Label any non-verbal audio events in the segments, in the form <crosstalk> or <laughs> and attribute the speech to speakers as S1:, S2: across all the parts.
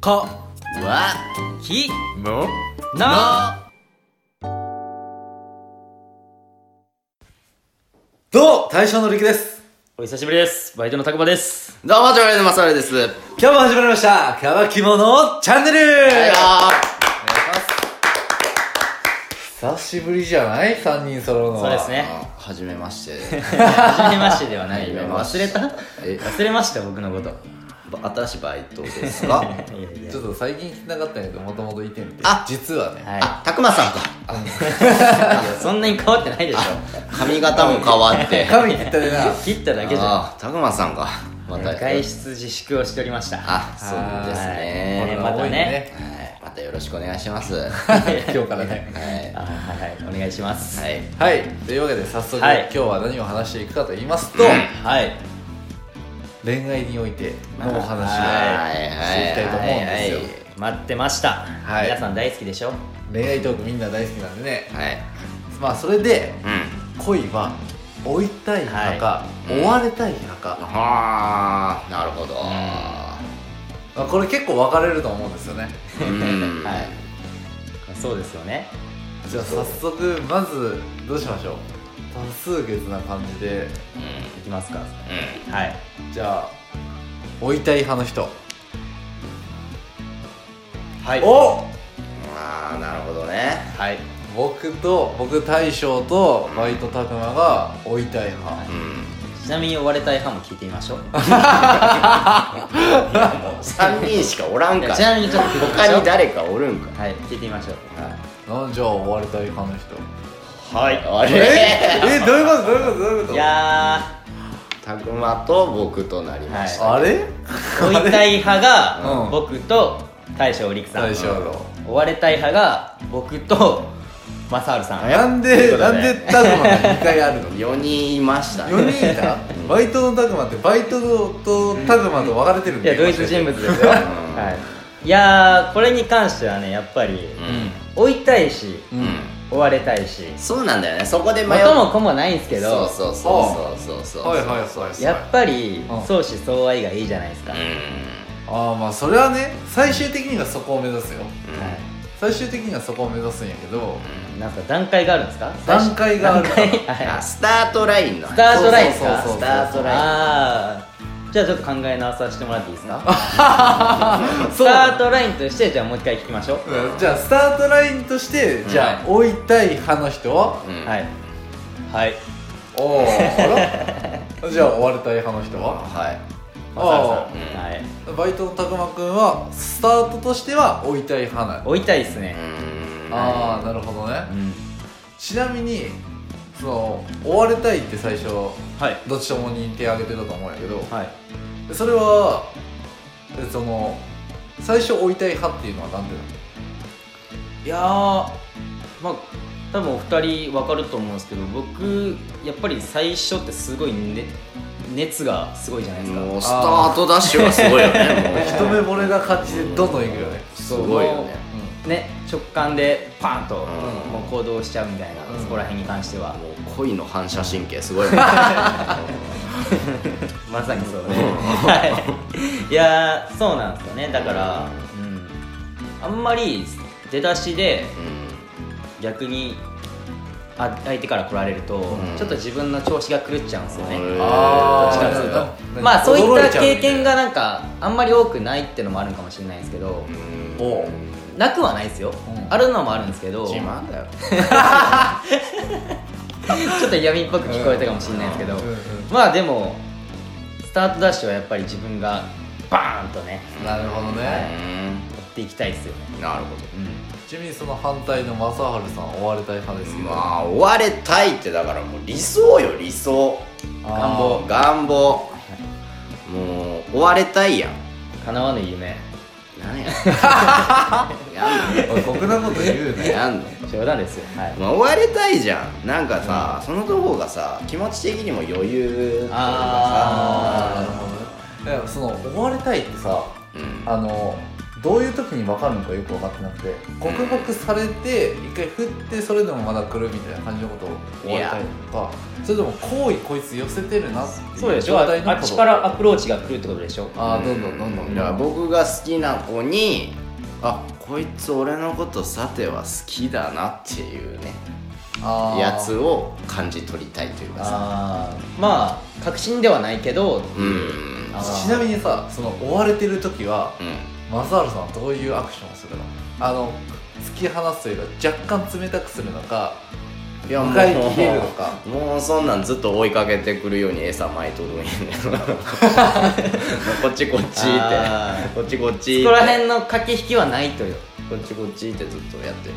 S1: か
S2: わ
S1: き
S2: も
S1: な
S2: どうも大将のりくです
S1: お久しぶりですバイトのたくまです
S2: どうもジョレーのマサルですはい
S3: 今日も始まりました「乾き物チャンネル」久しぶりじゃない3人揃うの
S1: そう
S3: は
S1: ですね
S2: はじめまして
S1: 初めましてではないよ
S2: 初めまし
S1: 忘
S2: て
S1: れた
S2: え
S1: 忘れました僕のこと
S2: ば新しいバイトですか
S1: いやいや
S3: ちょっと最近聞けなかったんやけどもともといてんって
S2: あ
S3: 実はね
S1: はい
S2: あたくまさんか
S1: いやそんなに変わってないでしょ
S2: 髪型も変わって
S3: 髪切ったでな
S1: 切っただけじゃ
S2: あたくまさんがまた
S1: ん外出自粛をしておりました
S2: あそうです
S1: はい
S2: ね
S1: またね
S2: はいまたよろしくお願いします
S1: <laughs>
S2: はい
S3: 今日からね
S1: あはいはいお願いします
S2: はい
S3: はいというわけで早速、
S1: はい
S3: 今日は何を話していくかと言いますと、
S1: はい
S3: 恋愛においてのお話を
S2: はい
S3: していきたいと思うんですよ
S2: はいはい
S1: 待ってました
S3: はい
S1: 皆さん大好きでしょ
S3: 恋愛トークみんな大好きなんでね
S2: はい
S3: まあそれで
S2: うん
S3: 恋は追いたい派か、
S2: い
S3: 追われたい派か、
S2: はあなるほど
S3: まあ、これ結構分かれると思うんですよね
S2: うん
S1: はいそうですよね
S3: じゃあ早速まずどうしましょう多数決な感じで
S1: いきますか
S2: う
S1: はい
S3: じゃあ追いたい派の人
S1: はい
S3: お
S2: んああなるほどね
S1: はい
S3: 僕と僕大将とバイトたくまが追いたい派
S2: うん
S1: ちなみに追われたい派も聞いてみましょう
S2: 3人しかおらんか
S1: ちなみにちょっと聞いてみましょ
S2: 他
S1: う
S2: に誰かおるんか
S1: はい聞いてみましょう
S3: なんじゃあ追われたい派の人
S2: はいあれ
S3: えどういうことどういうことどういうこ
S1: いや
S2: たくまと僕となりました、
S3: あれ
S1: ー追いたい派
S3: う
S1: が
S3: ん
S1: 僕と大将陸さん
S3: 大将の
S1: 追われたい派が僕と正治さん
S3: なんで、
S1: そうだ
S3: なん
S1: ね
S3: でたくまが2回ある <laughs> の
S2: 4人いましたね
S3: 4人いたバイトのたくまってバイトとたくまと分かれてるん
S1: い
S3: だ
S1: や
S3: よ
S1: 同一人物ですよ、はい、いやーこれに関してはねやっぱり、追いたいし
S3: う
S2: うん
S3: ん
S1: 追われたいし
S2: そうなんだよねそこで迷
S1: 元も子もないんですけど
S2: そうそうそうそうそうそう
S3: はいはいはい
S1: やっぱり
S3: うん
S1: 相思相愛がいいじゃないですか、
S2: うん
S3: ああまあそれはね最終的にはそこを目指すよ
S1: はい
S3: 最終的にはそこを目指すんやけど
S1: なんか段階があるんですか
S3: 段階があるから
S1: 段階はい
S2: あスタートラインの
S1: スタートラインですか
S3: そうそうそうそう
S2: スタートライ
S1: あ
S2: ン
S1: あじゃあちょっと考え直させてもらっていいですかス
S3: そ
S1: タ <laughs>
S3: うなの
S1: ートラインとしてじゃあもう一回聞きましょう、
S3: うんじゃあスタートラインとしてじゃあ追いたい派の人は
S2: うん
S1: はいはい
S3: おおあらじゃあ追われたい派の人は
S2: はい
S3: ああ
S1: マサルさんはい
S3: バイトのたくまくんはスタートとしては追いたい派なの
S1: 追いたいですね
S2: うん
S3: ああなるほど
S1: う
S3: ね
S1: ん
S3: ちなみにその追われたいって最初
S1: はい
S3: どっちともに手挙げてたと思うんやけど
S1: はい
S3: それはえその最初追いたい派っていうのは何でなの
S1: いやーまあ多分お二人分かると思うんですけど僕やっぱり最初ってすごい、ね、熱がすごいじゃないですか
S2: もうスタートダッシュはすごいよね
S3: 一目惚れな感じでどんどんいくよね、
S2: すごいよね
S1: ね直感でパンと
S2: ん
S1: もう行動しちゃうみたいな、
S3: ん
S1: そこら辺に関しては
S2: もうもう恋の反射神経すごいよね
S1: まさにそうねはいいやーそうなんですよねだから、うん、あんまり出だしで逆にあ相手から来られると、
S2: ん
S1: ちょっと自分の調子が狂っちゃうんですよね、
S2: うん
S3: あー
S1: どっちか
S3: なる
S1: という
S3: ほ
S1: と
S3: ど
S1: まあそうい
S3: 驚
S1: っ
S3: いち
S1: た
S3: ゃうみた
S1: 経
S3: いな
S1: 験がなんかあんまり多くないってのもあるんかもしれないですけど、
S2: うん
S3: おう
S1: なくはないですよ、
S3: うん
S1: あるのもあるんですけど
S2: 自慢だよ
S1: ちょっと闇っぽく聞こえたかもしれないですけど、
S3: うんうんうん
S1: まあでもスタートダッシュはやっぱり自分がバーンとね
S3: なるほどね
S2: う
S1: 追っていきたいですよね、
S2: んなるほど
S3: ちなみにその反対の正治さんは追われたい派ですけど、
S2: まあ追われたいってだからもう理想よ理想
S3: あ
S1: 願望
S2: 願望もう追われたいやん
S1: 叶わぬ夢
S3: <laughs>
S2: なんややんの
S3: おい酷なこと言うね
S2: やんの
S1: 冗談ですよはい
S2: まあ追われたいじゃんなんかさ、そのとこがさ気持ち的にも余裕というか
S3: あ
S2: さ
S3: あなるほどねだからその追われたいってさ
S2: うん
S3: あのどういう時に分かるのかよく分かってなくて克服されて一回振ってそれでもまだ来るみたいな感じのことを終わりたいとかそれとも好意こいつ寄せてるなって
S1: そう
S3: いう
S1: でしょ
S3: 状
S1: あ
S3: 態の
S1: あ
S3: こ
S1: っち
S3: と
S1: からアプローチが来るってことでしょ
S3: あーどんどんどんどん
S2: いや僕が好きな子にあこいつ俺のことさては好きだなっていうね
S3: あー
S2: やつを感じ取りたいというかさ
S1: あーまあ確信ではないけど
S2: うんうん
S1: あー
S3: ちなみにさその追われてる時は松原さんはどういうアクションをするのあの突き放すというか若干冷たくするのか
S2: いやも
S3: 迎えに来れるの
S2: う
S3: か
S2: <laughs> もうそんなんずっと追いかけてくるように餌撒いとるんやね <laughs> こっちこっちって
S1: あー
S2: こっちこっちっ
S1: そ
S2: て
S1: こら辺の駆け引きはないという
S2: こっちこっちってずっとやってる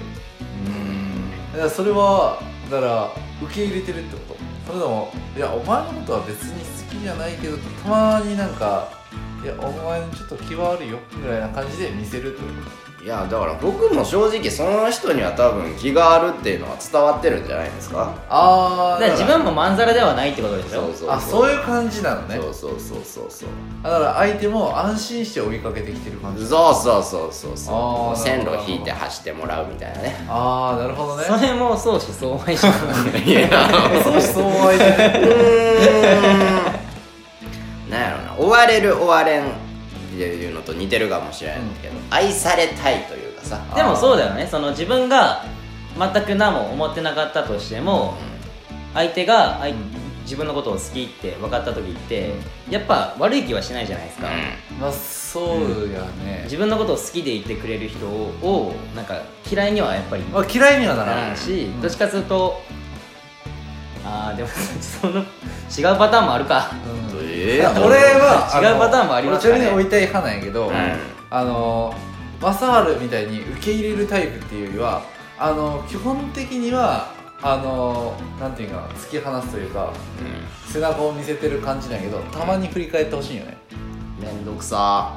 S3: だからそれはだから受け入れてるってことそれでもいやお前のことは別に好きじゃないけどたまになんかいやお前ちょっと気はあるよぐらいな感じで見せるってこ
S2: いやだから僕も正直その人には多分気があるっていうのは伝わってるんじゃないですか
S3: と
S1: だ
S3: ああ
S1: から自分もまんざらではないってことでし
S2: そ
S1: ょ
S2: うそう
S3: あそう
S2: い
S3: いう感じなのね
S2: そうそうそうそうそう
S3: だから相手も安心して追いかけてきてる感じ
S2: そうそうそうそうそ
S3: あ
S2: う
S3: ー
S2: 線路引いて走ってもらうみたいなね
S3: ああなるほどね
S1: それも相思相愛じゃん
S2: <laughs> いや
S3: そうそう相手
S2: うーんなんやろな追われる追われんっていうのと似てるかもしれんけど、愛されたいというかさ
S1: でもそうだよねその自分が全く何も思ってなかったとしても相手が相自分のことを好きって分かった時ってやっぱ悪い気はしないじゃないですか、
S3: まあそうやね、
S1: 自分のことを好きでいてくれる人をなんか嫌いにはやっぱり
S3: まあ、嫌いにはな
S1: な
S3: らない
S1: らんし、
S3: うん
S1: どっちかするとあーでもその違うパターンもあるか
S3: うん
S2: うん
S3: い
S2: え
S3: や
S2: ー
S3: 俺はあの
S1: 違うパターンもありますか
S3: 俺
S1: ね
S3: ちなみに追いたい派なんやけど、
S2: うん
S3: あの正治みたいに受け入れるタイプっていうよりはあの基本的にはあのなんていうかな突き放すというか背中を見せてる感じなんやけどたまに振り返ってほしいよね
S2: うんめんどくさ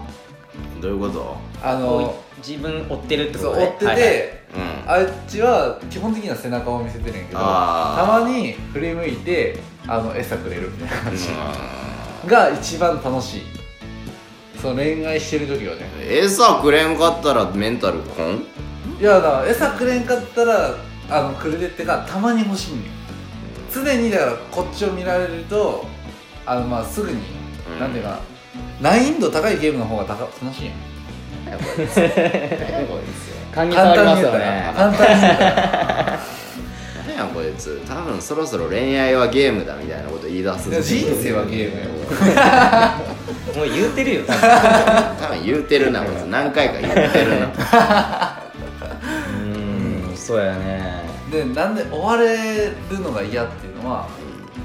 S2: どういうこと
S3: あの
S1: こう自分追ってるってこ
S3: そ
S1: と
S3: う
S1: ね
S3: 追ってて、
S1: はいはい
S2: うん
S3: あっちは基本的には背中を見せてるんやけど
S2: あー
S3: たまに振り向いてあの餌くれるみたいな
S2: う
S3: 感じ
S2: ん
S3: が一番楽しいその恋愛してる時はね
S2: 餌くれんかったらメンタルこん
S3: いやだから餌くれんかったらあのくれるってがたまに欲しいんよ常にだからこっちを見られるとあのまあすぐに、
S2: うん
S3: なんていうかな難易度高いゲームの方が高楽しいやん
S2: 何やこいつ
S1: 勘に触りますよ
S3: 簡
S1: ね
S3: 単に言うたら簡単に言うたら
S2: 何やこいつ多分そろそろ恋愛はゲームだみたいなこと言い出す
S3: いや人生はゲームや
S1: もう言うてるよ多分
S2: 多分言うてるなこいつ何回か言うてるな
S3: <laughs>
S1: うんそうやね
S3: でなんで追われるのが嫌っていうのは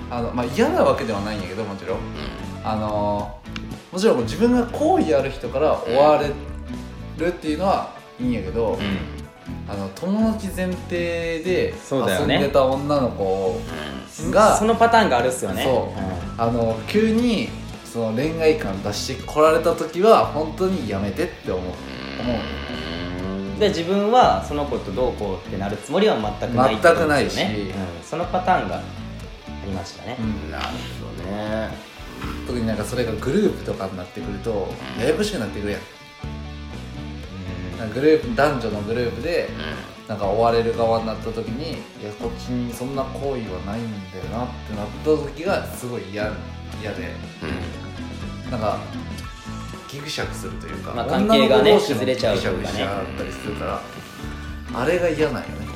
S3: あの、まあ、嫌なわけではないんやけどもちろんあのーもちろん自分が好意ある人から追われるっていうのはいいんやけど、あの友達前提で
S1: そうだ
S3: 遊
S1: よ
S3: ん
S1: ね
S3: でた女の子が、
S1: そのパターンがあるっすよね
S3: そうあの急にその恋愛感出してこられた時は本当にやめてって思う思う
S1: うんで自分はその子とどうこうってなるつもりは全くないって
S3: 全
S1: こと
S3: くない
S1: で
S3: し
S1: すよねうんそのパターンがありましたね
S3: うん
S2: なるほどね
S3: 特になんかそれがグループとかになってくるとややこしくなってくるやんなんかグループ男女のグループでなんか追われる側になった時にいやこっちにそんな行為はないんだよなってなった時がすごい嫌嫌でなんかギクシャクするというか、
S1: まあ関係がね
S3: 女の子同士も
S1: 崩れちゃう
S3: ギ
S1: と
S3: ク
S1: いう
S3: シャク
S1: か
S3: し
S1: ね
S3: ちゃったりするから、あれが嫌なんよね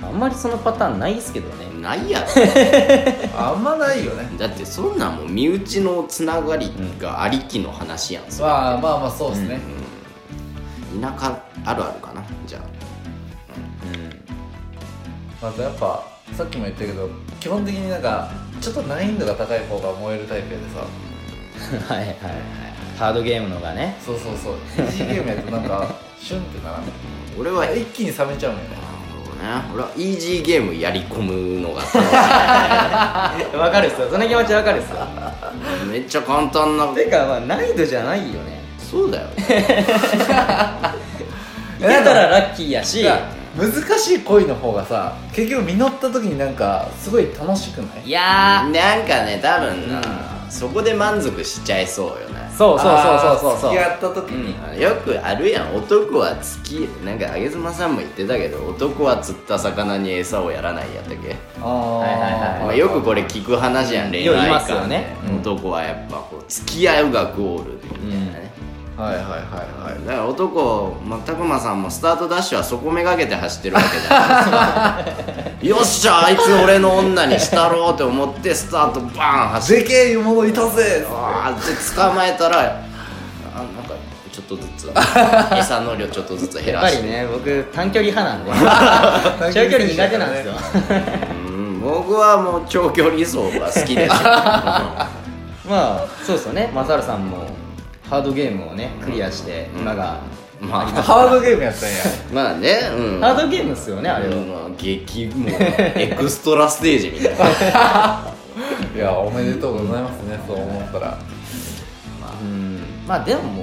S1: うんあんまりそのパターンないっすけどね
S2: うんないやろ
S3: <laughs> あんまないよね
S2: だってそんなんもう身内のつながりがありきの話やんそれ
S3: まあまあまあそうですね、
S2: 田舎あるあるかなじゃ
S3: またやっぱさっきも言ったけど基本的になんかちょっと難易度が高い方が燃えるタイプやで
S1: <laughs>
S3: さ
S1: はいはいハードゲームのがね
S3: そうそうそうイージーゲームやとなんかシュンってならん
S2: あ俺は
S3: 一気に冷めちゃうんよね
S2: なるほどね俺はイージーゲームやり込むのが楽し
S1: わかるっすよその気持ちわかるっすよ
S2: い <laughs> めっちゃ簡単な
S1: てかまあ難易度じゃないよね
S2: そうだよ
S1: いけたらラッキーやし
S3: いや難しい恋の方がさ結局実った時になんかすごい楽しくない
S1: いや
S2: なんかね多分な、そこで満足しちゃいそうよね
S1: ーそうそうそうそうそう
S3: あー付
S1: そう
S3: き合った時に、
S2: よくあるやん男は月なんかあげずまさんも言ってたけど男は釣った魚に餌をやらないやったっけ、
S3: ああ
S1: はいはいはい
S2: まあ、よくこれ聞く話やん恋
S1: よ
S2: 愛観で
S1: う言いますよねうん
S2: 男はやっぱこう付き合うがゴールみたいなね、
S3: はいはいはいはい
S2: だから男、まあ、たくまさんもスタートダッシュはそこめがけて走ってるわけじ
S1: <laughs>
S2: ゃないですかよっしゃあいつ俺の女にしたろうと思ってスタートバーン走って
S3: でけえものいたぜ
S2: あーで捕まえたらあなんかちょっとずつ餌の量ちょっとずつ減
S1: やっ
S2: ら
S1: ぱ
S2: し
S1: り
S2: て、
S1: ね僕短距離派 <laughs> なんで長距離苦手なんですよ
S2: うん僕はもう長距離走が好きですよ
S1: まあそうですよねマサルさんもハードゲームをねクリアして今が
S2: うんまあ
S3: ハードゲームやったんや
S2: まあねうん
S1: ハードゲームっすよねあれは
S2: うん激もうエクストラステージみたいな
S3: いやおめでとうございますねそう思ったら
S1: うんまあでもも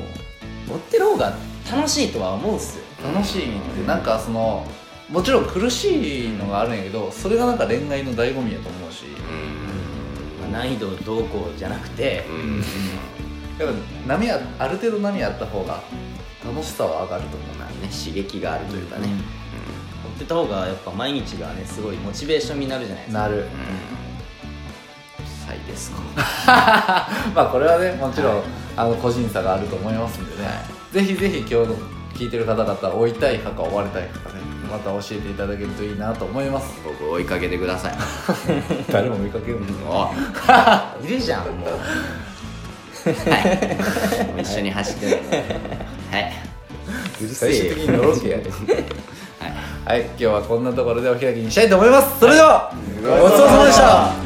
S1: う追ってる方が楽しいとは思うっすよ
S3: 楽しいってなんかそのもちろん苦しいのがあるんやけどそれがなんか恋愛の醍醐味やと思うし
S1: まあ難易度どうこうじゃなくて
S2: うん、うん
S3: やっぱ波あある程度波あった方が楽しさは上がると思う
S2: まあね刺激があるというかね、
S1: 追ってた方がやっぱ毎日がねすごいモチベーションになるじゃないですか
S3: なる <laughs>
S2: はいですか
S3: まあこれはねもちろん、あの個人差があると思いますんでね、ぜひぜひ今日の聞いてる方々追いたい派か追われたい派かねまた教えていただけるといいなと思います
S2: 僕追いかけてください
S3: <laughs> 誰も見かけるんです
S2: お
S1: いるじゃんもう
S2: 一緒に走ってるはい
S3: <laughs> 最終的にのろけ <laughs> やではい、今日はこんなところでお開きにしたいと思いますそれでは、ごちそうさまでした